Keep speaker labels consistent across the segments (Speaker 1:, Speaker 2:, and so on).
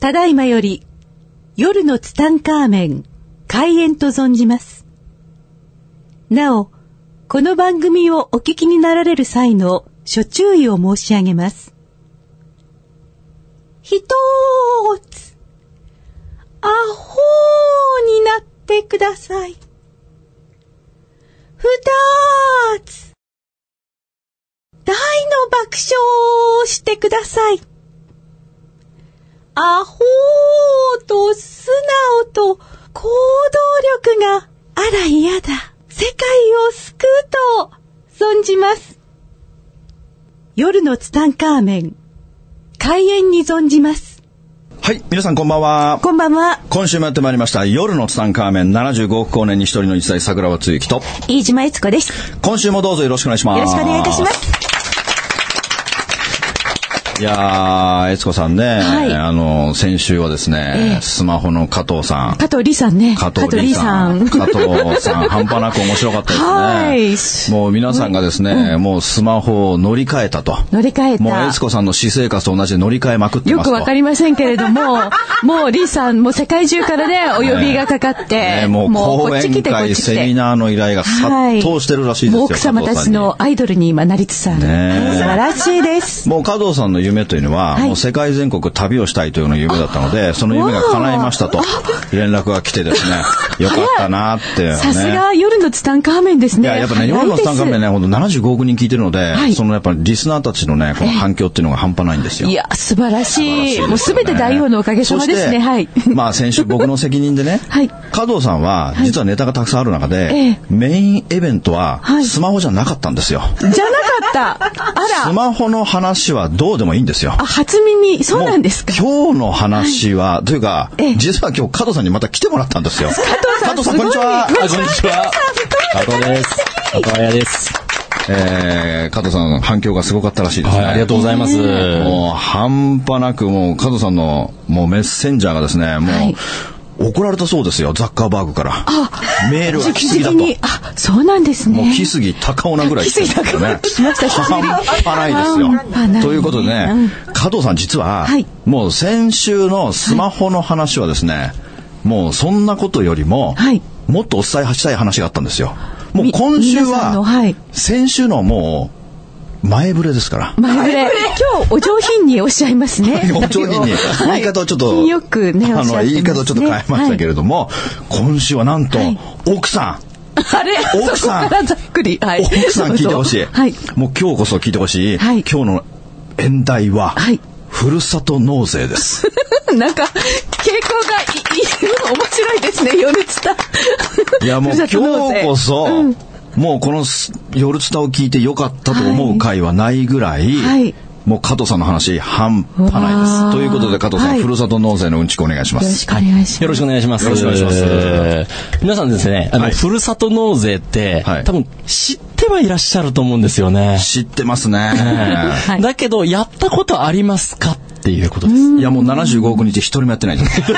Speaker 1: ただいまより夜のツタンカーメン開演と存じます。なお、この番組をお聞きになられる際の諸注意を申し上げます。ひとーつ、アホーになってください。ふたーつ、大の爆笑をしてください。アホーと素直と行動力があら嫌だ。世界を救うと存じます。夜のツタンカーメン、開演に存じます。
Speaker 2: はい、皆さんこんばんは。
Speaker 1: こんばんは。
Speaker 2: 今週もやってまいりました、夜のツタンカーメン75億光年に一人の一代桜庭つゆきと、
Speaker 1: 飯島悦子です。
Speaker 2: 今週もどうぞよろしくお願いします。
Speaker 1: よろしくお願いいたします。
Speaker 2: いやー、悦子さんね、はい、あの、先週はですね、えー、スマホの加藤さん。
Speaker 1: 加藤理さんね。
Speaker 2: 加藤理さん。加藤さん、半端なく面白かったですね。はい。もう皆さんがですね、うん、もうスマホを乗り換えたと。
Speaker 1: 乗り換えた。
Speaker 2: もう悦子さんの私生活と同じで乗り換えまくって
Speaker 1: ますよくわかりませんけれども、 もう理さん、もう世界中からね、お呼びがかかって、ね、
Speaker 2: もう講演会、セミナーの依頼が殺到してるらしいですよ、はい、
Speaker 1: 奥様たちのアイドルに今なりつつある。ね、素晴らしいです。
Speaker 2: もう加藤さんの夢というのは、はい、もう世界全国旅をしたいというの夢だったので、その夢が叶いましたと、連絡が来 てですね、よかったなって、ね、
Speaker 1: さすが夜のツタンカーメンですね。
Speaker 2: や、やっぱね、夜のツタンカーメンね、ほんと75億人聞いてるので、はい、そのやっぱリスナーたちのね、この反響っていうのが半端ないんですよ。
Speaker 1: いや、素晴らしい。しいね、もう全て大王のおかげさまですね、 はい。
Speaker 2: まあ先週僕の責任 でね、はい、加藤さんは、実はネタがたくさんある中で、はい、メインイベントは、スマホじゃなかったんですよ。
Speaker 1: じゃなかった。あら。
Speaker 2: スマホの話はどうでもいいんですよ。
Speaker 1: あ、初耳、そうなんですか。
Speaker 2: 今日の話は、はい、というか、ええ、実は今日加藤さんにまた来てもらったんですよ。
Speaker 1: 加藤さん、
Speaker 3: こんにちは。こんにちは。加藤です。加藤彩です。
Speaker 2: えー、加藤さん、反響がすごかったらしいですね。はい、
Speaker 3: ありがとうございます。え
Speaker 2: ー、もう、半端なく、もう、加藤さんの、もう、メッセンジャーがですね、もう、はい怒られたそうですよ、ザッカーバーグから。メールが来すぎだと。
Speaker 1: あ、そうなんですね。
Speaker 2: もう来すぎ高尾なぐらい来て
Speaker 1: たよね。来ました、久しぶり。
Speaker 2: 半ないですよ。ということでね、加藤さん実は、もう先週のスマホの話はですね、もうそんなことよりも、もっとお伝えしたい話があったんですよ。もう今週は、先週のもう、前触れですから。
Speaker 1: 前触れ。今日お上品におっしゃいますね。
Speaker 2: お上品に。言い方をちょっと、
Speaker 1: よくね、
Speaker 2: あの、言い方をちょっと変えましたけれども、今週はなんと、奥さん。
Speaker 1: あれ
Speaker 2: 奥さん。
Speaker 1: ざっくり。
Speaker 2: 奥さん聞いてほしい。もう今日こそ聞いてほしい。今日の演題は、ふるさと納税です。
Speaker 1: なんか、傾向が面白いですね、夜つた。
Speaker 2: いや、もう今日こそ、もうこの「夜ツタ」を聞いてよかったと思う回はないぐらい、はい、もう加藤さんの話半端ないです。ということで加藤さん、はい、ふるさと納税のうんちくお願いします。
Speaker 3: よろしくお願いします。
Speaker 2: よろしくお願いします。
Speaker 3: 皆さんですね、あの、はい、ふるさと納税って、多分知ってはいらっしゃると思うんですよね。
Speaker 2: 知ってますね。
Speaker 3: だけど、やったことありますかっていうことです。い
Speaker 2: や、もう75億日一人もやってないです。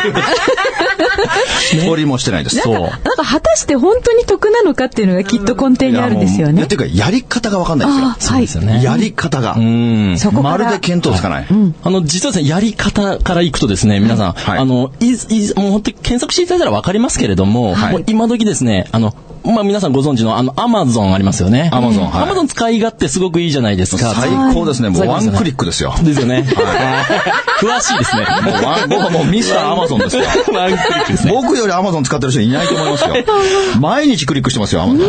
Speaker 2: 一人もしてないです。
Speaker 1: そう。なんか果たして本当に得なのかっていうのがきっと根底にあるんですよね。
Speaker 2: っていうか、やり方がわかんないですよ。
Speaker 3: そうですよね。
Speaker 2: やり方が。まるで見当つかない。
Speaker 3: あの、実はですね、やり方からいくとですね、皆さん、あの、い、い、もう本当に検索していただいたらわかりますけれども、今時ですね、あの、まあ皆さんご存知のあの、アマゾンありますよね。
Speaker 2: アマゾン、
Speaker 3: アマゾン使い勝手すごくいいじゃないですか。
Speaker 2: 最高ですね。もうワンクリックですよ。
Speaker 3: ですよね。詳しいですね。
Speaker 2: もうワン、僕はもうミスターアマゾンですよ。
Speaker 3: ワンクリックですね。
Speaker 2: 僕よりアマゾン使ってる人いないと思いますよ。毎日クリックしてますよ、アマゾン。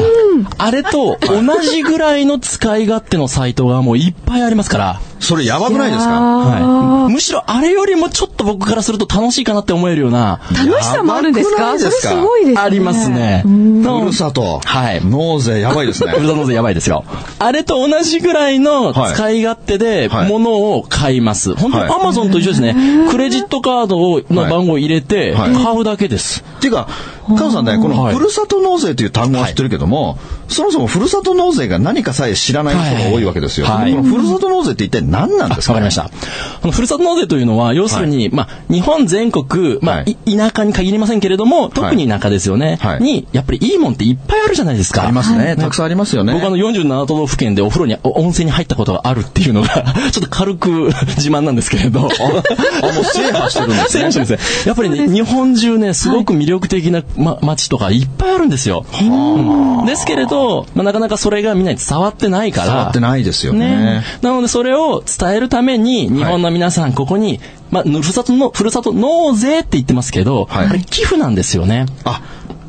Speaker 3: あれと同じぐらいの使い勝手のサイトがもういっぱいありますから。
Speaker 2: それやばくないですか
Speaker 3: はい。むしろあれよりもちょっと僕からすると楽しいかなって思えるような。
Speaker 1: 楽しさもあるんですかそれすごいですね。
Speaker 3: ありますね。
Speaker 2: さと、
Speaker 3: はい、
Speaker 2: 納税やばい ですね。
Speaker 3: ふるさと納税やばいですよ。あれと同じぐらいの使い勝手で物を買います。本当アマゾンと一緒ですね。クレジットカードをの番号を入れて買うだけです。
Speaker 2: っていうか、加藤さんね、このふるさと納税という単語は知ってるけども、そもそもふるさと納税が何かさえ知らない人が多いわけですよ。このふるさと納税って一体何何なんですか、
Speaker 3: ね、わかりました。あの、ふるさと納税というのは、要するに、はい、まあ、日本全国、まあ、はい、田舎に限りませんけれども、特に田舎ですよね。はい、に、やっぱりいいもんっていっぱいあるじゃないですか。
Speaker 2: ありますね。たくさんありますよね。
Speaker 3: 僕あの、47都道府県でお風呂に、温泉に入ったことがあるっていうのが ちょっと軽く自慢なんですけれど。
Speaker 2: あ、もう制覇してるんですね。
Speaker 3: 制覇してるんですね。やっぱりね、日本中ね、すごく魅力的な、ま、街とかいっぱいあるんですよ。うん、ですけれど、まあ、なかなかそれがみんなに伝わってないから。
Speaker 2: 伝わってないですよね。ね
Speaker 3: なので、それを伝えるために、日本の皆さん、ここに、まあ、ふるさとの、ふるさと納税って言ってますけど、はい、あれ寄付なんですよね。
Speaker 2: あ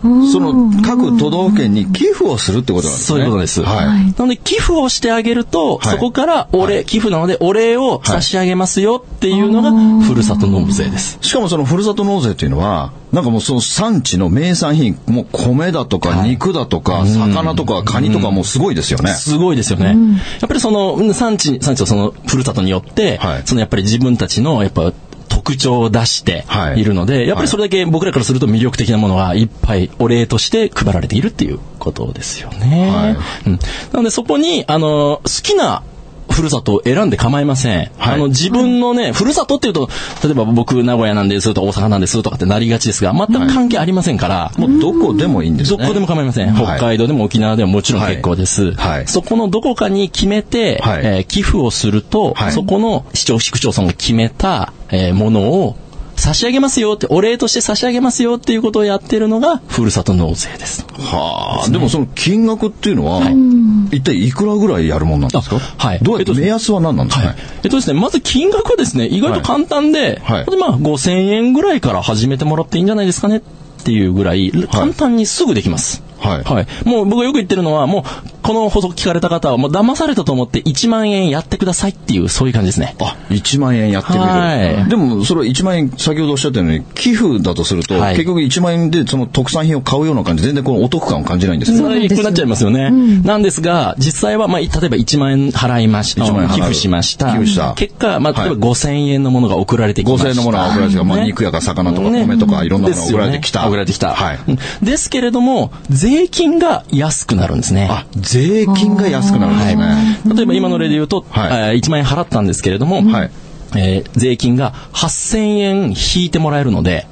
Speaker 2: その各都道府県に寄付をするってことなんですね。
Speaker 3: そういうことです。はい。なので寄付をしてあげると、はい、そこからお礼、はい、寄付なのでお礼を差し上げますよっていうのが、ふるさと納税です。
Speaker 2: しかもそのふるさと納税っていうのは、なんかもうその産地の名産品、もう米だとか肉だとか、魚とかカニとかもうすごいですよね。
Speaker 3: すごいですよね。やっぱりその産地、産地のそのふるさとによって、そのやっぱり自分たちのやっぱ特徴を出しているので、はい、やっぱりそれだけ僕らからすると魅力的なものがいっぱいお礼として配られているっていうことですよね。はい、うん、なのでそこに、あの、好きなふるさとを選んで構いません。はい、あの、自分のね、ふるさとっていうと、例えば僕、名古屋なんですとか、大阪なんですとかってなりがちですが、全く関係ありませんから。
Speaker 2: もうどこでもいいんです
Speaker 3: ね。どこでも構いません。北海道でも沖縄でももちろん結構です。はいそこのどこかに決めて、はいえ寄付をすると、はい、そこの市長、市区町村が決めた、えものを差し上げますよって、お礼として差し上げますよっていうことをやってるのが、ふるさと納税です。
Speaker 2: はあ、でもその金額っていうのは、はい、一体いくらぐらいやるもんなんですかはい。どうやって、目安は何なんですか、ね、はい、
Speaker 3: えっとですね、まず金額はですね、意外と簡単で、はい、はい、まあ5000円ぐらいから始めてもらっていいんじゃないですかねっていうぐらい、簡単にすぐできます。はい。はい。もう僕がよく言ってるのは、もう、この放送聞かれた方は、もう騙されたと思って1万円やってくださいっていう、そういう感じですね。
Speaker 2: あ、1万円やってみる。はい。でも、それは1万円、先ほどおっしゃったように、寄付だとすると、はい、結局1万円でその特産品を買うような感じ、全然このお得感を感じないんです
Speaker 3: よね。くなっちゃいますよね。うん、なんですが、実際は、まあ、例えば1万円払いました。1万円寄付しました。
Speaker 2: 寄付した。
Speaker 3: 結果、まあ、例えば5000円のものが送られてきました。
Speaker 2: 5000円のものが送られてきた。まあ、肉やか魚とか米とかいろんなものが送られてきた。
Speaker 3: 送られてきた。はい。ですけれども、税金が安くなるんですね。
Speaker 2: あ、税金が安くなるんですね。
Speaker 3: はい、例えば今の例で言うと、はい、1万円払ったんですけれども、はい、えー、税金が8000円引いてもらえるので、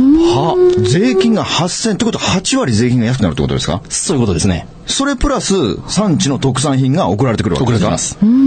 Speaker 2: は税金が8000ってことは8割税金が安くなるってことですか
Speaker 3: そういうことですね。
Speaker 2: それプラス産地の特産品が送られてくるわけですか送られて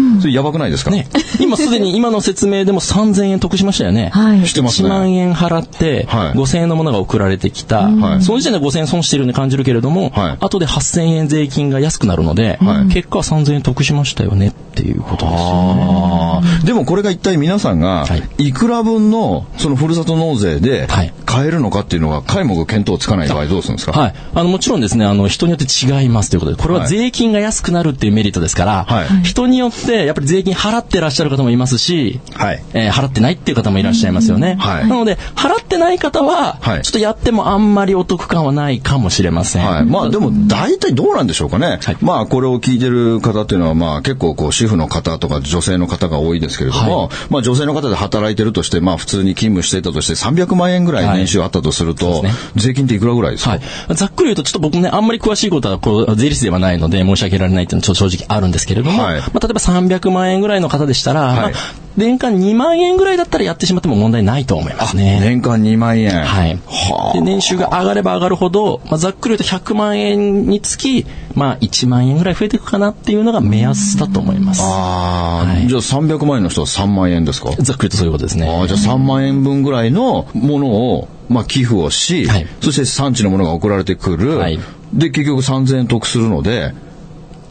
Speaker 2: ます。それやばくないですか
Speaker 3: ね。今すでに今の説明でも3000円得しましたよね。はい。
Speaker 2: してますね。
Speaker 3: 1万円払って5000円のものが送られてきた。はい。その時点で5000円損してるように感じるけれども、はい。後で8000円税金が安くなるので、はい。結果は3000円得しましたよねっていうことですよね。あ
Speaker 2: あ。でもこれが一体皆さんが、いくら分のそのふるさと納税で、はい。買えるのかっていうのが、皆目検討つかない場合どうするんですか、
Speaker 3: はい。あの、もちろんですね、あの、人によって違います。ということで、これは税金が安くなるっていうメリットですから、はい、人によってやっぱり税金払ってらっしゃる方もいますし、はい、えー、払ってないっていう方もいらっしゃいますよね。はい、なので、払ってない方は、ちょっとやってもあんまりお得感はないかもしれません。はい
Speaker 2: まあでも大体どうなんでしょうかね。まあこれを聞いてる方っていうのは、まあ結構こう主婦の方とか女性の方が多いですけれども、まあ女性の方で働いてるとして、まあ普通に勤務していたとして300万円ぐらい年収あったとすると、ね、税金っていくらぐらいですか、
Speaker 3: ざっくり言うとちょっと僕ね、あんまり詳しいことはこう税率ではないので申し訳られないというのは 正直あるんですけれども、はい、まあ、例えば300万円ぐらいの方でしたら、はい、まあ、年間2万円ぐらいだったらやってしまっても問題ないと思いますね。
Speaker 2: 年間2万円。
Speaker 3: はい。はで年収が上がれば上がるほど、まあ、ざっくり言うと100万円につき、まあ、1万円ぐらい増えていくかなっていうのが目安だと思います。
Speaker 2: ああ、はい、じゃあ300万円の人は3万円ですか
Speaker 3: ざっくりとそういうことですね。
Speaker 2: ああ、じゃあ3万円分ぐらいのものを、まあ、寄付をし、はい、そして産地のものが送られてくる。はい、で、結局3000円得するので、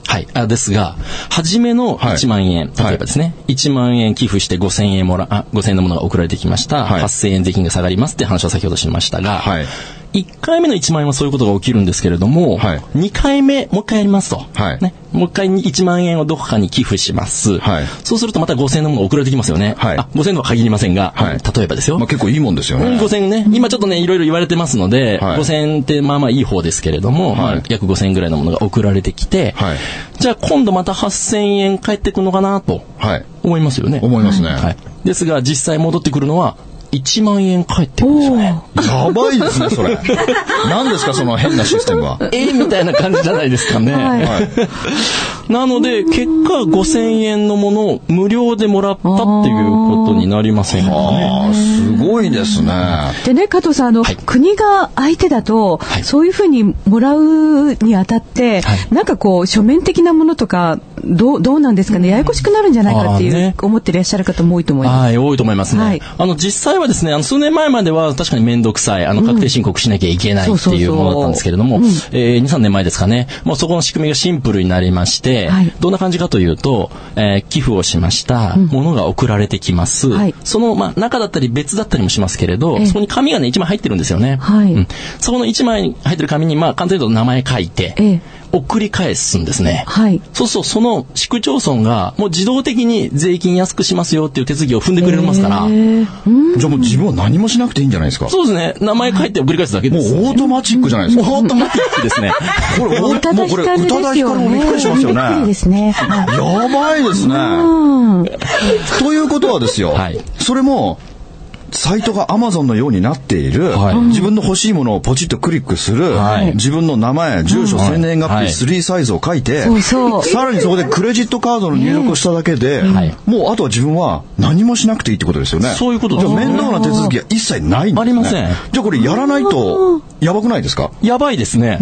Speaker 3: はい。あですが、初めの1万円、はい、例えばですね、はい、1万円寄付して5000円もら、あ、5000円のものが送られてきました、はい、8000円税金が下がりますって話は先ほどしましたが、はい、1回目の1万円はそういうことが起きるんですけれども、はい、2回目、もう1回やりますと。はい、ね、もう1回1万円をどこかに寄付します。はい、そうするとまた5000円のものが送られてきますよね。はい、あ、5000円とは限りませんが、はい、例えばですよ。
Speaker 2: まあ、結構いいもんですよね。
Speaker 3: 5000円ね、今ちょっとね、いろいろ言われてますので、はい、5000円ってまあまあいい方ですけれども、はい、まあ、約5000円ぐらいのものが送られてきて、はい、じゃあ今度また8000円返ってくるのかなと、思いますよね。、
Speaker 2: 思いますね。はい
Speaker 3: ですが、実際戻ってくるのは、1万円返ってくるんですよね。
Speaker 2: やばいですね、 それ。何ですか、その変なシステムは。
Speaker 3: えみたいな感じじゃないですかね。はい、なので、結果5000円のものを無料でもらったっていうことになりませんかね。
Speaker 2: すごいですね。
Speaker 1: でね、加藤さん、あの、はい、国が相手だと、はい、そういうふうにもらうにあたって、はい、なんかこう、書面的なものとか、どう、どうなんですかね、ややこしくなるんじゃないかっていう、ね、思っていらっしゃる方も多いと思います。
Speaker 3: はい、多いと思いますね。あの、実際はですね、あの、数年前までは確かに面倒くさい、あの、確定申告しなきゃいけないっていうものだったんですけれども、えー、2、3年前ですかね、もうそこの仕組みがシンプルになりまして、はい、どんな感じかというと、えー、寄付をしました、ものが送られてきます。うん、その、まあ、中だったり別だったりもしますけれど、えー、そこに紙がね、1枚入ってるんですよね。はい、うん、そこの1枚入ってる紙に、まあ、完全に名前書いて、えー送り返すんですね。はい。そうそう、その市区町村が、もう自動的に税金安くしますよっていう手続きを踏んでくれますから。え
Speaker 2: ー、じゃあもう自分は何もしなくていいんじゃないですか
Speaker 3: そうですね。名前書いて送り返すだけです、
Speaker 2: ね、もうオートマチックじゃないですか。
Speaker 3: オートマチックですね。
Speaker 2: これ、もうこれ、宇多田ヒカルもびっくりしますよね。びっくりですね。やばいですね。ということはですよ。はい。それも、サイトが Amazon のようになっている、はい、自分の欲しいものをポチッとクリックする、はい、自分の名前、住所、生、うん、年月日、3サイズを書いて、はい、さらにそこでクレジットカードの入力をしただけで、もうあとは自分は何もしなくていいってことですよね。
Speaker 3: そういうこと
Speaker 2: じゃあ面倒な手続きは一切ないんです、ね、
Speaker 3: ありません。
Speaker 2: じゃあこれやらないと、やばくないですか
Speaker 3: やばいですね。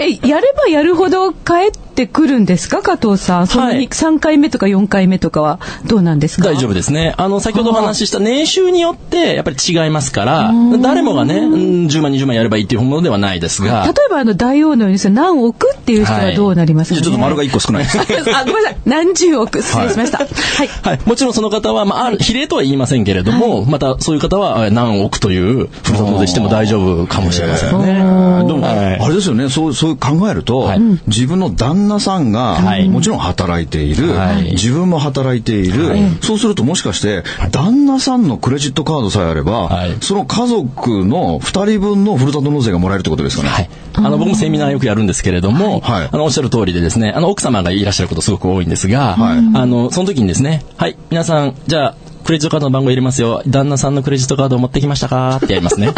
Speaker 1: え、やればやるほど帰ってくるんですか加藤さん。その3回目とか4回目とかはどうなんですか、
Speaker 3: はい、大丈夫ですね。あの、先ほどお話しした年収によってやっぱり違いますから、誰もがね、10万、20万やればいいっていうものではないですが。
Speaker 1: 例えばあの、大王のように何億っていう人はどうなりますか、ね、
Speaker 2: はい、ちょっと丸が1個少ないで す。
Speaker 1: あ、ごめんなさい。何十億。失礼しました。はい。
Speaker 3: はい、もちろんその方は、まあ、ある比例とは言いませんけれども、はい、またそういう方は何億というふるさとでしても大丈夫かもしれませんね。で
Speaker 2: も、あれですよね。そうそう考えると、はい、自分の旦那さんが、はい、もちろん働いている、はい、自分も働いている、そうするともしかして、旦那さんのクレジットカードさえあれば、その家族の2人分のふるさと納税がもらえるってことですかね。
Speaker 3: あの僕もセミナーよくやるんですけれども、あのおっしゃる通りでですね、あの奥様がいらっしゃることすごく多いんですが、あのその時にですね、はい、皆さん、じゃあ、クレジットカードの番号入れますよ。旦那さんのクレジットカードを持ってきましたかってやりますね。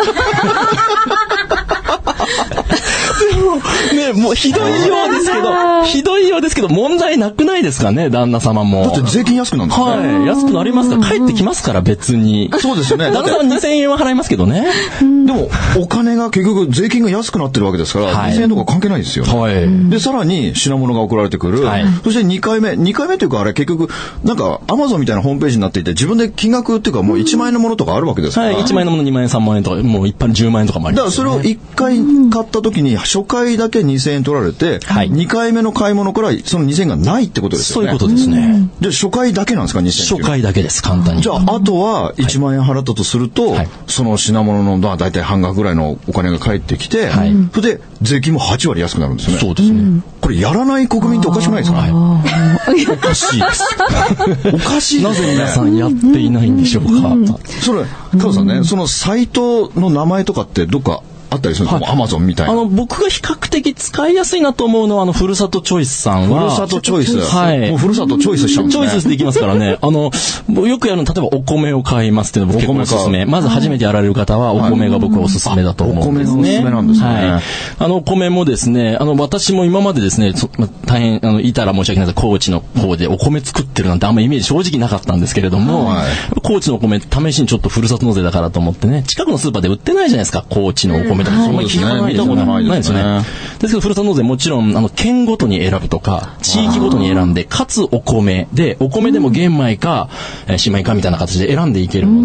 Speaker 3: ね、もうひどいようですけど、ひどいようですけど、問題なくないですかね、旦那様も。
Speaker 2: だって税金安くなるんですね。
Speaker 3: はい。安くなりますから、帰ってきますから、別に。
Speaker 2: そうですよね。
Speaker 3: 旦那さん2000円は払いますけどね。
Speaker 2: でも、お金が結局、税金が安くなってるわけですから、はい、2000円とか関係ないですよ、ね。はい。で、さらに品物が送られてくる。はい、そして2回目、2回目というか、あれ結局、なんか、アマゾンみたいなホームページになっていて、自分で金額っていうか、もう1万円のものとかあるわけですから。
Speaker 3: はい、1万円のもの、2万円、3万円とか、もう一般に10万円とかもあります、
Speaker 2: ね、だから、それを1回買った時に、初回だけ2000円取られて、はい、2回目の買い物からその2000円がないってことですよ
Speaker 3: ね。そういうことですね。
Speaker 2: じゃあ初回だけなんですか、2000
Speaker 3: 円。初回だけです、簡単に。
Speaker 2: じゃあ、あとは1万円払ったとすると、はい、その品物の、まあ、大体半額ぐらいのお金が返ってきて、はい、それで税金も8割安くなるんですね。
Speaker 3: そうですね。
Speaker 2: これやらない国民っておかしくないですかね。
Speaker 3: おかしいです。おかしいなぜ皆さんやっていないんでしょうか。
Speaker 2: それ、加藤さんね、そのサイトの名前とかってどっかあったりするんですか、アマゾンみたいな。
Speaker 3: あの、僕が比較的使いやすいなと思うのは、あの、ふるさとチョイスさん
Speaker 2: は。ふるさとチョイスはい。もうふるさとチョイスしちゃうん
Speaker 3: ですね。チョイスできますか らね。あの、よくやるの、例えばお米を買いますっていうの僕結構おすすめ。まず初めてやられる方は、お米が僕おすすめだと思うんですね。お米が
Speaker 2: す
Speaker 3: お
Speaker 2: すめなんですね。
Speaker 3: はい。あの、お米もですね、あの、私も今までですね、大変、あの、いたら申し訳ないです高知の方でお米作ってるなんてあんまイメージ正直なかったんですけれども、はい、高知のお米、試しにちょっとふるさと納税だからと思ってね、近くのスーパーで売ってないじゃないですか、高知のお米。米とか、そんな聞かないとこないですね。ですけど、ふるさと納税もちろん、あの、県ごとに選ぶとか、地域ごとに選んで、かつお米で、お米でも玄米か、えー、新米かみたいな形で選んでいけるの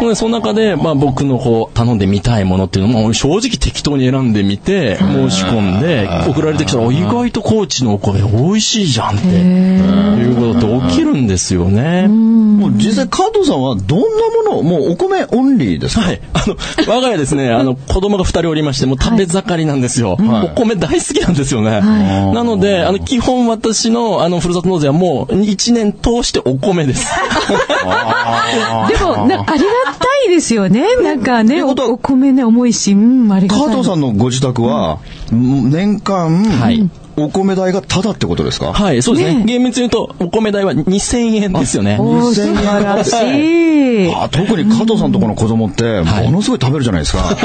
Speaker 3: で、でその中で、まあ僕のこう、頼んでみたいものっていうのも、正直適当に選んでみて、申し込んで、送られてきたら、意外と高知のお米美味しいじゃんって、いうことって起きるんですよね。
Speaker 2: もう実際、加藤さんはどんなもの、もうお米オンリーですか
Speaker 3: はい。あの、我が家ですね、あの、子供が二人おりまして、もう食べ盛りなんですよ。はい、お米大好きなんですよね。はい、なので、あの、基本私の、あの、ふるさと納税はもう、一年通してお米です。
Speaker 1: でも、ありがたいですよね。なんかね、お米ね、重いし、うん、ありが
Speaker 2: たい。加藤さんのご自宅は、年間、はいお米代がタダってことですか
Speaker 3: はい、そうですね。ね厳密に言うと、お米代は2000円ですよね。
Speaker 1: 2000円。素晴らしい。
Speaker 2: あ特に加藤さんとこの子供って、ものすごい食べるじゃないですか。
Speaker 1: い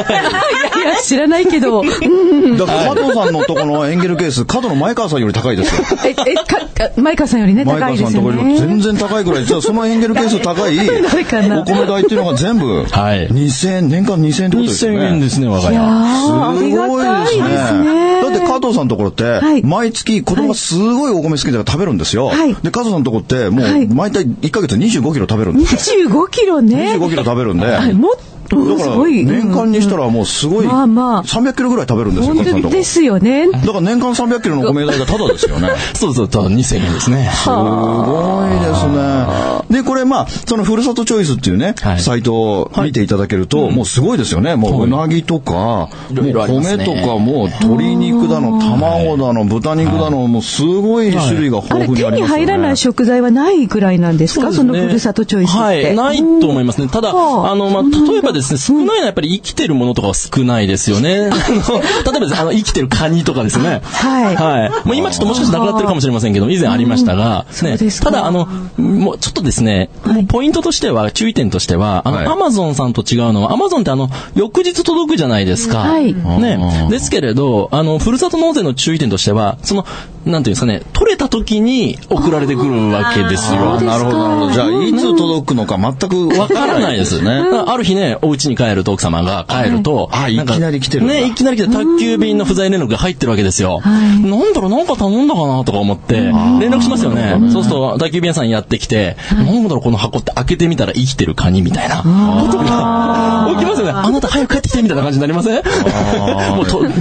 Speaker 1: や、知らないけど。
Speaker 2: だから加藤さんのとこのエンゲルケース、加藤の前川さんより高いですよ。
Speaker 1: え、え、か、前川さんよりね、高いですよ、ね。前川さんと
Speaker 2: こ全然高いぐらい。じゃあ、そのエンゲルケース 高い、お米代っていうのが全部、はい。2000円、年間2000円ってことです
Speaker 3: ね。2000円ですね、我が
Speaker 2: 家。すごいですね。だって加藤さんのところって、毎月子供がすごいお米好きだから食べるんですよ。はい、で、加藤さんのとこって、もう、毎回1ヶ月25キロ食べるんです
Speaker 1: よ。25キロね。
Speaker 2: 25キロ食べるんで。
Speaker 1: もっ
Speaker 2: だから年間にしたらもうすごい300キロぐらい食べるんですよ、
Speaker 1: 本当ですよね。
Speaker 2: だから年間300キロのお米代がタダですよね。
Speaker 3: そうそう、ただ2000円ですね。、
Speaker 2: すごいですね。で、これまあ、そのふるさとチョイスっていうね、サイトを見ていただけると、もうすごいですよね。もううなぎとか、もう米とか、もう鶏肉だの、卵だの、豚肉だの、もうすごい種類が豊富にあります
Speaker 1: 手に入らない食材はないぐらいなんですかそのふるさとチョイスはい
Speaker 3: ないと思いますね。ただ、あの、まあ、例えばですね、少ないのはやっぱり生きてるものとかは少ないですよね。例えばです、あの、生きてるカニとかですね。
Speaker 1: はい。
Speaker 3: はい。もう今ちょっともしかしてなくなってるかもしれませんけど、以前ありましたが、ね、ただ、あの、もうちょっとですね、ポイントとしては、注意点としては、あの、アマゾンさんと違うのは、アマゾンってあの、翌日届くじゃないですか。はい。ね。ですけれど、あの、ふるさと納税の注意点としては、その、なんていうんですかね、取れた時に送られてくるわけですよ。
Speaker 2: なるほど、なるほど。じゃあ、いつ届くのか全く
Speaker 3: わからないですよね。ある日ね、お家に帰ると奥様が帰ると、
Speaker 2: はい、いきなり来てる。
Speaker 3: ね、いきなり来て宅急便の不在連絡が入ってるわけですよ。なんだろう、なんか頼んだかなとか思って、連絡しますよね。そうすると、宅急便屋さんやってきて、なんだろう、この箱って開けてみたら生きてるカニみたいなことが起きますよね。あなた早く帰ってきてみたいな感じになりませんもう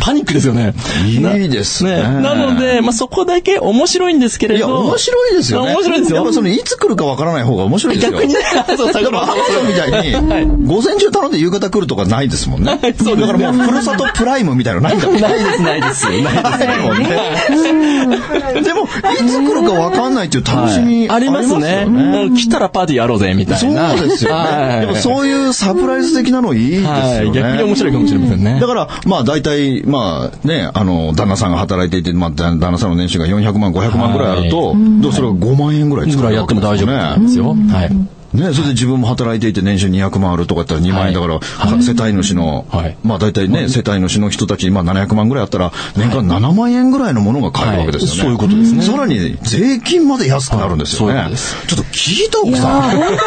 Speaker 3: パニックですよね。
Speaker 2: いいですね。
Speaker 3: なので、まあそこだけ面白いんですけれど。いや、
Speaker 2: 面白いですよ
Speaker 3: 面白いですよ。
Speaker 2: やっぱその、いつ来るかわからない方が面白いですよ。
Speaker 3: 逆にね、 そう、
Speaker 2: だから、ハマさんみたいに、午前中頼んで夕方来るとかないですもんね。そうだからもう、ふるさとプライムみたいなのないんだもん
Speaker 3: ないです、ないです。ない
Speaker 2: ですもんね。 でも、いつ来るかわかんないっていう楽しみ
Speaker 3: ありますね。来たらパーティーやろうぜ、みたい
Speaker 2: な。そうですよね。でもそういうサプライズ的なのいいですよね。
Speaker 3: 逆に面白いかもしれませんね。
Speaker 2: だから、まあ大体、まあね、あの、旦那さんが働いていて、まあ旦那さんの年収が400万、500万ぐらいあると、それが5万円ぐらい
Speaker 3: 使う。やっても大丈夫なんですよ。はい。
Speaker 2: ね、それで自分も働いていて年収200万あるとかだったら2万円だから、世帯主の、まあ大体ね、世帯主の人たち、まあ700万ぐらいあったら、年間7万円ぐらいのものが買えるわけですよね。
Speaker 3: そういうことですね。
Speaker 2: さらに税金まで安くなるんですよね。ちょっと聞いた奥さ
Speaker 1: ん。本当聞いて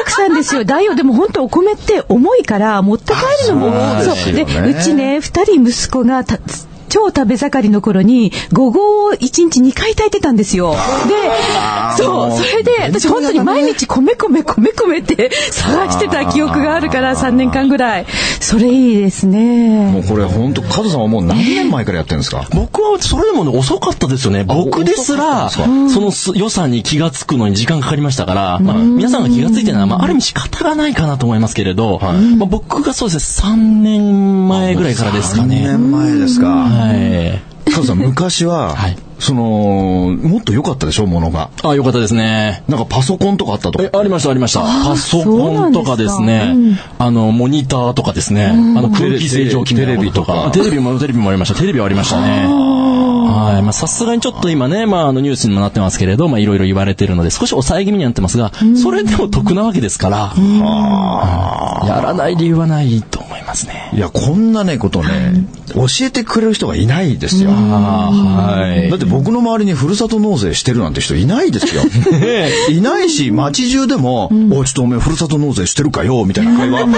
Speaker 1: 奥さん ですよ。だよ、でも本当お米って重いから、持って帰るのも、そう。で、うちね、二人息子がた、超食べ盛りの頃に、ごぼうを1日2回炊いてたんですよ。で、そう、それで、私本当に毎日米米米米って探してた記憶があるから、3年間ぐらい。それいいですね。
Speaker 2: もうこれ本当、加藤さんはもう何年前からやってるんですか、
Speaker 3: 僕はそれでもね、遅かったですよね。僕ですら、その予算に気が付くのに時間かかりましたから、まあ、皆さんが気が付いてるのは、まあ、ある意味仕方がないかなと思いますけれど、まあ、僕がそうですね、3年前ぐらいからですかね。3
Speaker 2: 年前ですか。加藤さん昔は、はい、そのもっと良かったでしょものが
Speaker 3: あ良かったですね
Speaker 2: なんかパソコンとかあったとか
Speaker 3: ありましたありましたパソコンとかですね、あのモニターとかですね、あの空気清浄機
Speaker 2: テレビとか
Speaker 3: テレビもテレビもありましたテレビはありましたねはいまあさすがにちょっと今ねまああのニュースにもなってますけれどまあいろいろ言われてるので少し抑え気味になってますがそれでも得なわけですからやらない理由はないと思いますね
Speaker 2: いやこんなねことね教えてくれる人がいないですよ
Speaker 3: はい
Speaker 2: だって僕の周りにふるさと納税してるなんて人いない ですよ。いないし、街中でも、うん、おちょっとおめえふるさと納税してるかよ、みたいな会話、聞い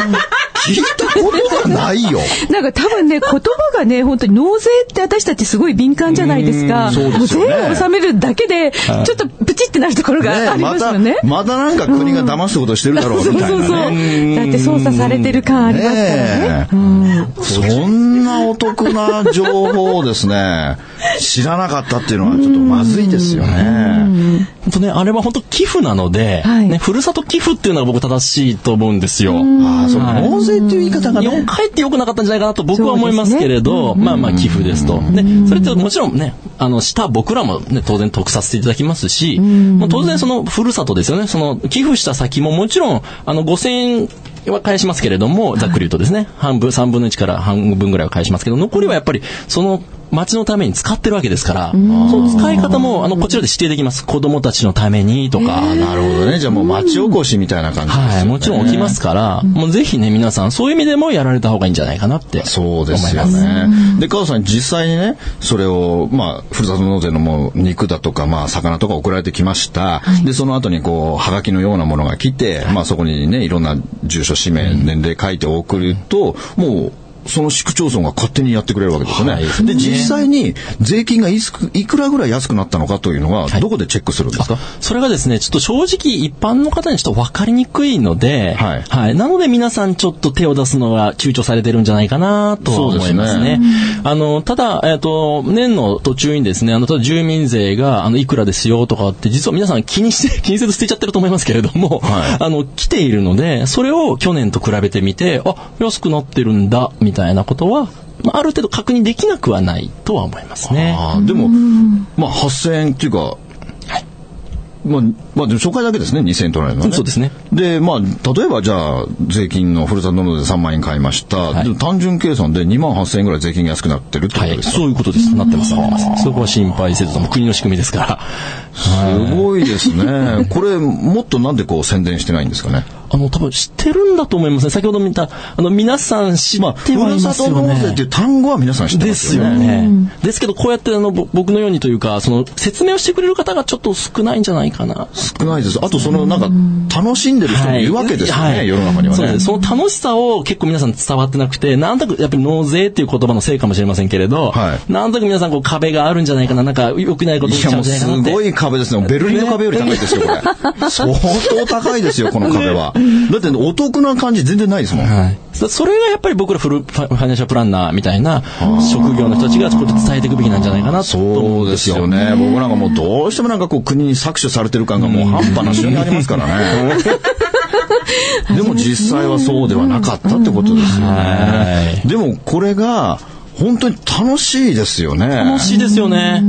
Speaker 2: たことがないよ。
Speaker 1: なんか多 分ね、言葉がね、本当に納税って私たちすごい敏感じゃないですか。うそうですね。税を納めるだけで、ちょっとプチってなるところ がありますよね。ね
Speaker 2: また、またなんか国が騙すことしてるだろう、みたいな、ね、そうそうそう
Speaker 1: だって操作されてる感ありますからね。ね
Speaker 2: そんなお得な情報をですね、知らなかったっていうのはちょっとまずいですよね。
Speaker 3: 本当ね、あれは本当寄付なので、はい、ね、ふるさと寄付っていうのが僕正しいと思うんですよ。
Speaker 2: ああ、そう、はい、納税っていう言い方がね。
Speaker 3: 4回って良くなかったんじゃないかなと僕は思いますけれど、ね、まあまあ寄付ですと。で、それってもちろんね、あの、した僕らもね、当然得させていただきますし、まあ、当然そのふるさとですよね、その寄付した先ももちろん、あの、5000円、は返しますけれども、ざっくり言うとですね、半分、3分の1から半分ぐらいは返しますけど、残りはやっぱり、その町のために使ってるわけですから、その使い方も、あの、こちらで指定できます。子供たちのためにとか。
Speaker 2: なるほどね。じゃあもう町おこしみたいな感じですね、ね、
Speaker 3: はい、もちろん起きますから、もうぜひね、皆さん、そういう意味でもやられた方がいいんじゃないかなって
Speaker 2: そうですよね。で、加藤さん、実際にね、それを、まあ、ふるさと納税のもう肉だとか、まあ、魚とか送られてきました。はい、で、その後にこう、はがきのようなものが来て、はい、まあ、そこにね、いろんな住所、氏名、年齢書いて送ると、もう、その市区町村が勝手にやってくれるわけですよね。はい、で、実際に税金がいくらぐらい安くなったのかというのは、どこでチェックするんですか、はい、
Speaker 3: それがですね、ちょっと正直一般の方にちょっと分かりにくいので、はい、はい。なので皆さんちょっと手を出すのが躊躇されてるんじゃないかなとは思いますね。すねあの、ただ、えっ、と、年の途中にですね、あの、ただ住民税が、あの、いくらですよとかって、実は皆さん気にして 、気にせず捨てちゃってると思いますけれども、あの、来ているので、それを去年と比べてみて、あ、安くなってるんだ、みたいな。みたいなことは、あ、る程度確認できなくはないとは思いますね。
Speaker 2: でも、まあ、8000円っていうか、はい、まあ、まあ、初回だけですね、2000円取られるのは、ね、
Speaker 3: そうですね。
Speaker 2: で、まあ、例えばじゃあ、税金のふるさと納税で3万円買いました。はい、単純計算で2万8000円ぐらい税金が安くなってるってことです
Speaker 3: か、はい、そういうことです。なってます、なってます。そこは心配せずとも国の仕組みですから。
Speaker 2: すごいです ね。これ、もっとなんでこう宣伝してないんですかね。
Speaker 3: あの、多分知ってるんだと思いますね。先ほど見た、あの、皆さん知ってはいますよね。まあ、ふるさと納
Speaker 2: 税っていう単語は皆さん知ってますよね。
Speaker 3: ですよね。うん、ですけど、こうやって、あの、僕のようにというか、その、説明をしてくれる方がちょっと少ないんじゃないかな。
Speaker 2: 少ないです。あと、その、なんか、楽しんでる人もいるわけですよね、はいはい、世の中にはね。
Speaker 3: そうです。その楽しさを結構皆さん伝わってなくて、なんとなく、やっぱり納税っていう言葉のせいかもしれませんけれど、はい、なんとなく皆さん、こう、壁があるんじゃないかな、なんか、良くないこと言っちゃうんじゃないかな
Speaker 2: すごい壁ですね。ベルリンの壁より高いですよ、これ。 相当高いですよ、この壁は。だってお得な感じ全然ないですもん。はい、
Speaker 3: それがやっぱり僕らフルファイナンシャルプランナーみたいな職業の人たちがそこで伝えていくべきなんじゃないかなと
Speaker 2: 思うんですよ。そうですよね。僕なんかもうどうしてもなんかこう国に搾取されてる感がもう半端な瞬間ありますからね。でも実際はそうではなかったってことですよね。でもこれが本当に楽しいですよね。
Speaker 3: 楽しいですよね。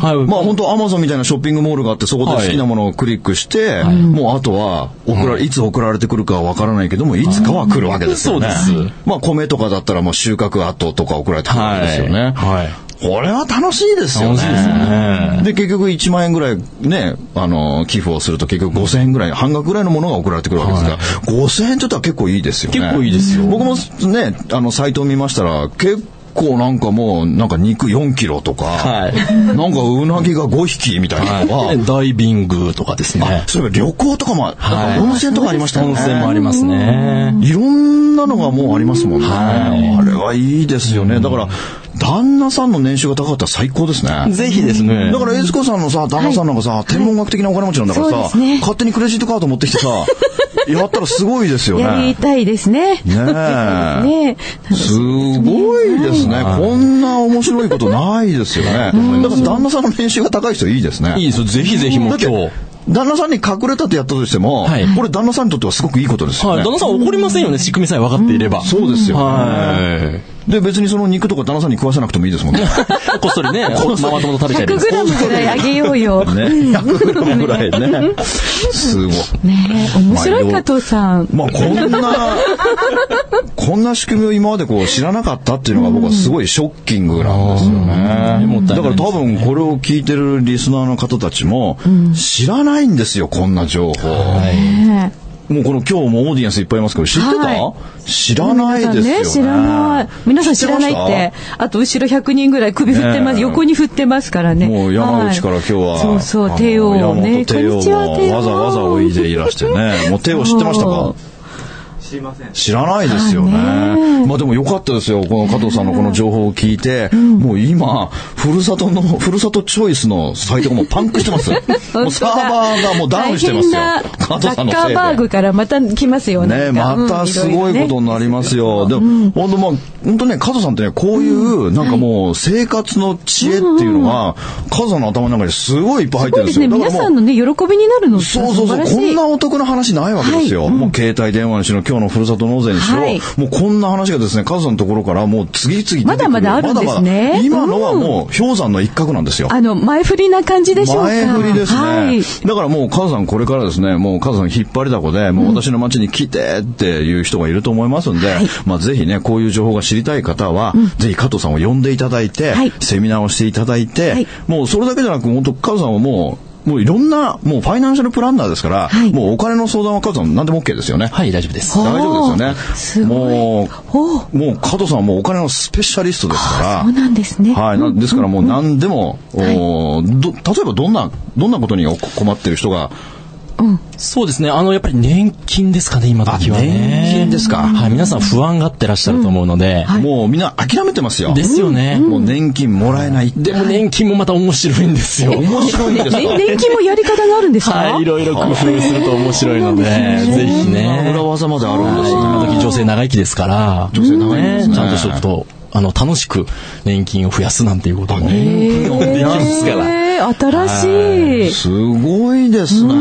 Speaker 2: はい。まあ本当アマゾンみたいなショッピングモールがあって、そこで好きなものをクリックして、はい、もうあとは送られ、いつ送られてくるかはわからないけども、いつかは来るわけですよね。そうです。まあ米とかだったらもう収穫後とか送られてくるわけですよね。はい。はいこれは楽しいですよね。で、ね、で、結局1万円ぐらいね、あの、寄付をすると結局5000円ぐらい、半額ぐらいのものが送られてくるわけですから、はい、5000円って言ったら結構いいですよね。
Speaker 3: 結構いいですよ。
Speaker 2: 僕もね、あの、サイトを見ましたら、結構構なんかもう、なんか肉4キロとか、はい、なんかうなぎが5匹みたいなのが、はい、
Speaker 3: ダイビングとかですね。
Speaker 2: そういえば旅行とかも、なんか温泉とかありましたよね。
Speaker 3: 温泉もありますね。
Speaker 2: いろんなのがもうありますもんね。はい、あれはいいですよね。だから、旦那さんの年収が高かったら最高ですね。
Speaker 3: ぜひですね。
Speaker 2: だから、悦子さんのさ、旦那さんなんかさ、天文学的なお金持ちなんだからさ、勝手にクレジットカード持ってきて さ、やったらすごいですよね。
Speaker 1: やりたいですね。
Speaker 2: ねすごいですね。こんな面白いことないですよね。だから旦那さんの年収が高い人いいですね。
Speaker 3: いいですよ。ぜひぜひもう今日。
Speaker 2: 旦那さんに隠れたってやったとしても、はい、これ旦那さんにとってはすごくいいことですよね。
Speaker 3: 旦那さん怒りませんよね、仕組みさえ分かっていれば。
Speaker 2: そうですよ、はい。で、別にその肉とか旦那さんに食わせなくてもいいですもん ね。
Speaker 3: こっそ りね、ママ友と食べたり
Speaker 1: 100グラムぐらいあげようよ。
Speaker 2: ね、100グラムぐら いね。すごい。
Speaker 1: ね面白い加藤さん。
Speaker 2: まあ、こんな、 こんな仕組みを今までこう知らなかったっていうのが僕はすごいショッキングなんですよね。だから多分これを聞いてるリスナーの方たちも、知らないないんですよ、こんな情報。はい、もうこの今日もオーディエンスいっぱいいますけど、知ってた、はい、知らないですよね、ね、
Speaker 1: 知らない。皆さん知らないって、あと後ろ100人ぐらい首振ってます、横に振ってますからね。
Speaker 2: もう山口から今日は、はい、
Speaker 1: そうそう、帝王ね。
Speaker 2: 帝王もわざわざおいでいらして ね。もう帝王知ってましたか
Speaker 4: 知りません
Speaker 2: 知らないですよねまあでもよかったですよこの加藤さんのこの情報を聞いて、うん、もう今ふるさとのふるさとチョイスのサイトがもうパンクしてま すもうサーバーがもうダウンしてますよ
Speaker 1: 加藤さんのせいでバーグからまた来ますよ
Speaker 2: ねまたすごいことになりますよ、うん、でも本当まあ本当ね加藤さんってねこういうなんかもう生活の知恵っていうのが、うん、加藤さんの頭の中にすごいいっぱい入ってるんですよ
Speaker 1: ね、皆さんのね喜びになるの
Speaker 2: そうそうそうこんなお得な話ないわけですよ、はい、もう携帯電話にしろ今日京のふるさと納税にしろ、はい、もうこんな話がですね、カズさんのところからもう次々
Speaker 1: まだまだあるんですね。まだまだ
Speaker 2: 今のはもう氷山の一角なんですよ。
Speaker 1: あの、前振りな感じでしょうか。
Speaker 2: 前振りですね。はい、だからもうカズさんこれからですね、もうカズさん引っ張りだこで、もう私の街に来てっていう人がいると思いますんで、うんはい、まあぜひね、こういう情報が知りたい方は、うん、ぜひ加藤さんを呼んでいただいて、セミナーをしていただいて、もうそれだけじゃなく、本当カズさんはもう、もういろんな、もうファイナンシャルプランナーですから、はい、もうお金の相談は加藤さん何でも OK ですよね。
Speaker 3: はい、大丈夫です。
Speaker 2: 大丈夫ですよね。もう、もう加藤さんはもうお金のスペシャリストですから。
Speaker 1: そうなんですね。
Speaker 2: はい、なですからもう何でも、う、はい、おど例えばどんな、どんなことに困ってる人が、
Speaker 3: うん、そうですね。あの、やっぱり年金ですかね、今時は
Speaker 2: ね。年金ですか。
Speaker 3: はい、皆さん不安がってらっしゃると思うので。
Speaker 2: うん、もうみんな諦めてますよ。
Speaker 3: ですよね。
Speaker 2: もう年金もらえない。
Speaker 3: でも年金もまた面白いんですよ。
Speaker 2: 面白いんですか
Speaker 1: 年金もやり方があるんですか
Speaker 3: はい、いろいろ工夫すると面白いので、ぜひね。
Speaker 2: 裏技まであるんですよ。
Speaker 3: 今時女性長生きですから。
Speaker 2: 女性長生きですね。
Speaker 3: ちゃんとしとくと。あの、楽しく年金を増やすなんていうことも
Speaker 2: 年金をできますから。
Speaker 1: 新しい。
Speaker 2: すごいですね。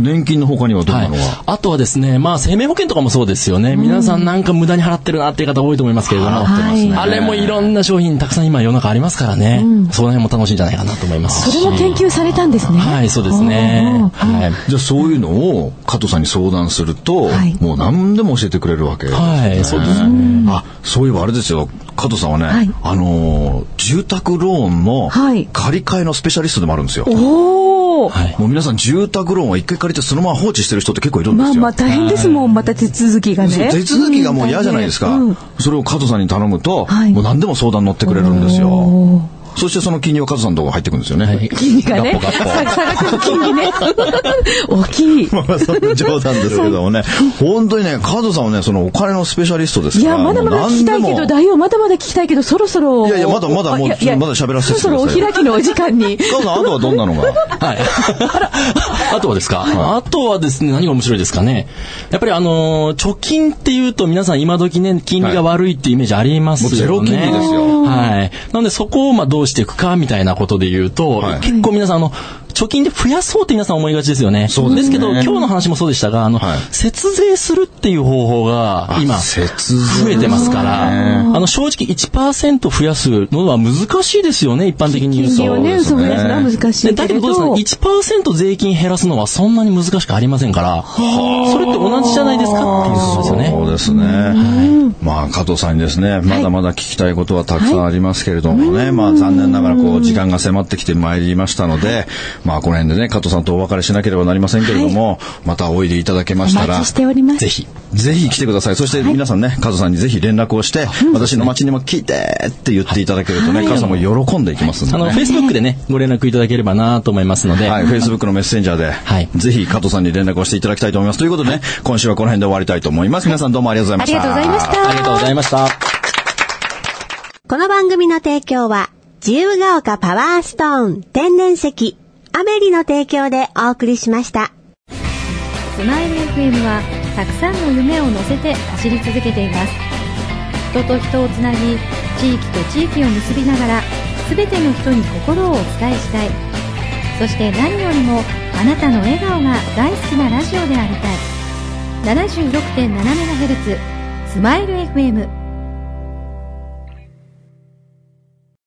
Speaker 2: 年金の他にはどんなのが、はい、、
Speaker 3: あとはですね、まあ生命保険とかもそうですよね。皆さんなんか無駄に払ってるなっていう方多いと思いますけれども、ね、あれもいろんな商品たくさん今世の中ありますからね。うん、その辺も楽しいんじゃないかなと思います。
Speaker 1: それも研究されたんですね。
Speaker 3: はい、そうですね。はい
Speaker 2: じゃあそういうのを加藤さんに相談すると、はい、もう何でも教えてくれるわけです、ね、はい、
Speaker 3: そうですね。
Speaker 2: あ、そういえばあれですよ。加藤さんはね、はい、あのー、住宅ローンの借り換えのスペシャリストでもあるんですよ。はい、もう皆さん住宅ローンは一回借りてそのまま放置してる人って結構いるんですよ。
Speaker 1: まあまあ大変ですもん、また手続きがね。
Speaker 2: 手続きがもう嫌じゃないですか。うん、それを加藤さんに頼むと、はい、もう何でも相談乗ってくれるんですよ。そしてその金利はカズさんのところ入ってくるんですよね。はい、
Speaker 1: 金利がね。さらくの金利ね。 大きい。
Speaker 2: まあ、それ冗談ですけどもね。本当にね、カズさんはね、そのお金のスペシャリストですから。
Speaker 1: いや、まだまだ聞きたいけど、大王まだまだ聞きたいけど、そろそろ。
Speaker 2: いやいや、まだまだもう、まだ喋らせて
Speaker 1: そろそろお開きのお時間に。
Speaker 2: カズさん、あとはどんなのが
Speaker 3: はい。 あとはですか、あとはですね、何が面白いですかね。やっぱりあの、貯金っていうと皆さん今時ね、金利が悪いっていうイメージありますよね。
Speaker 2: ゼロ金利ですよ。
Speaker 3: はい。なのでそこをまあどうしていくかみたいなことで言うと、はい、結構皆さんあの、貯金で増やそうって皆さん思いがちですよね。、
Speaker 2: そうです
Speaker 3: ね、ですけど、今日の話もそうでしたが、あの、はい、節税するっていう方法が今、増えてますから、あの、正直1%増やすのは難しいですよね、一般的に言うと。
Speaker 1: そうですね。難しい
Speaker 3: だけどどうですかね、1%税金減らすのはそんなに難しくありませんから、それって同じじゃないですかっていうことですよね。
Speaker 2: そうですね。はい、まあ、加藤さんにですね、まだまだ聞きたいことはたくさんありますけれどもね、はい、まあ、残念ながらこう、時間が迫ってきてまいりましたので、まあ、この辺でね、加藤さんとお別れしなければなりませんけれども、はい、またおいでいただけましたら、
Speaker 1: ぜ
Speaker 2: ひ、ぜひ来てください。そして皆さんね、はい、加藤さんにぜひ連絡をして、うん、私の街にも来てって言っていただけるとね、はい、加藤さんも喜んでいきますんで、ね、
Speaker 3: あの、フェイスブックでね、ご連絡いただければなと思いますので、
Speaker 2: はい、フェイスブックのメッセンジャーで、はい、ぜひ加藤さんに連絡をしていただきたいと思います。ということでね、今週はこの辺で終わりたいと思います。皆さんどうもありがとうございました。
Speaker 1: ありがとうございました。
Speaker 3: ありがとうございました。
Speaker 5: この番組の提供は、自由が丘パワーストーン天然石アメリの提供でお送りしました。
Speaker 6: スマイル FM はたくさんの夢を乗せて走り続けています。人と人をつなぎ、地域と地域を結びながら、すべての人に心をお伝えしたい。そして何よりも、あなたの笑顔が大好きなラジオでありたい。76.7MHz、スマイル FM。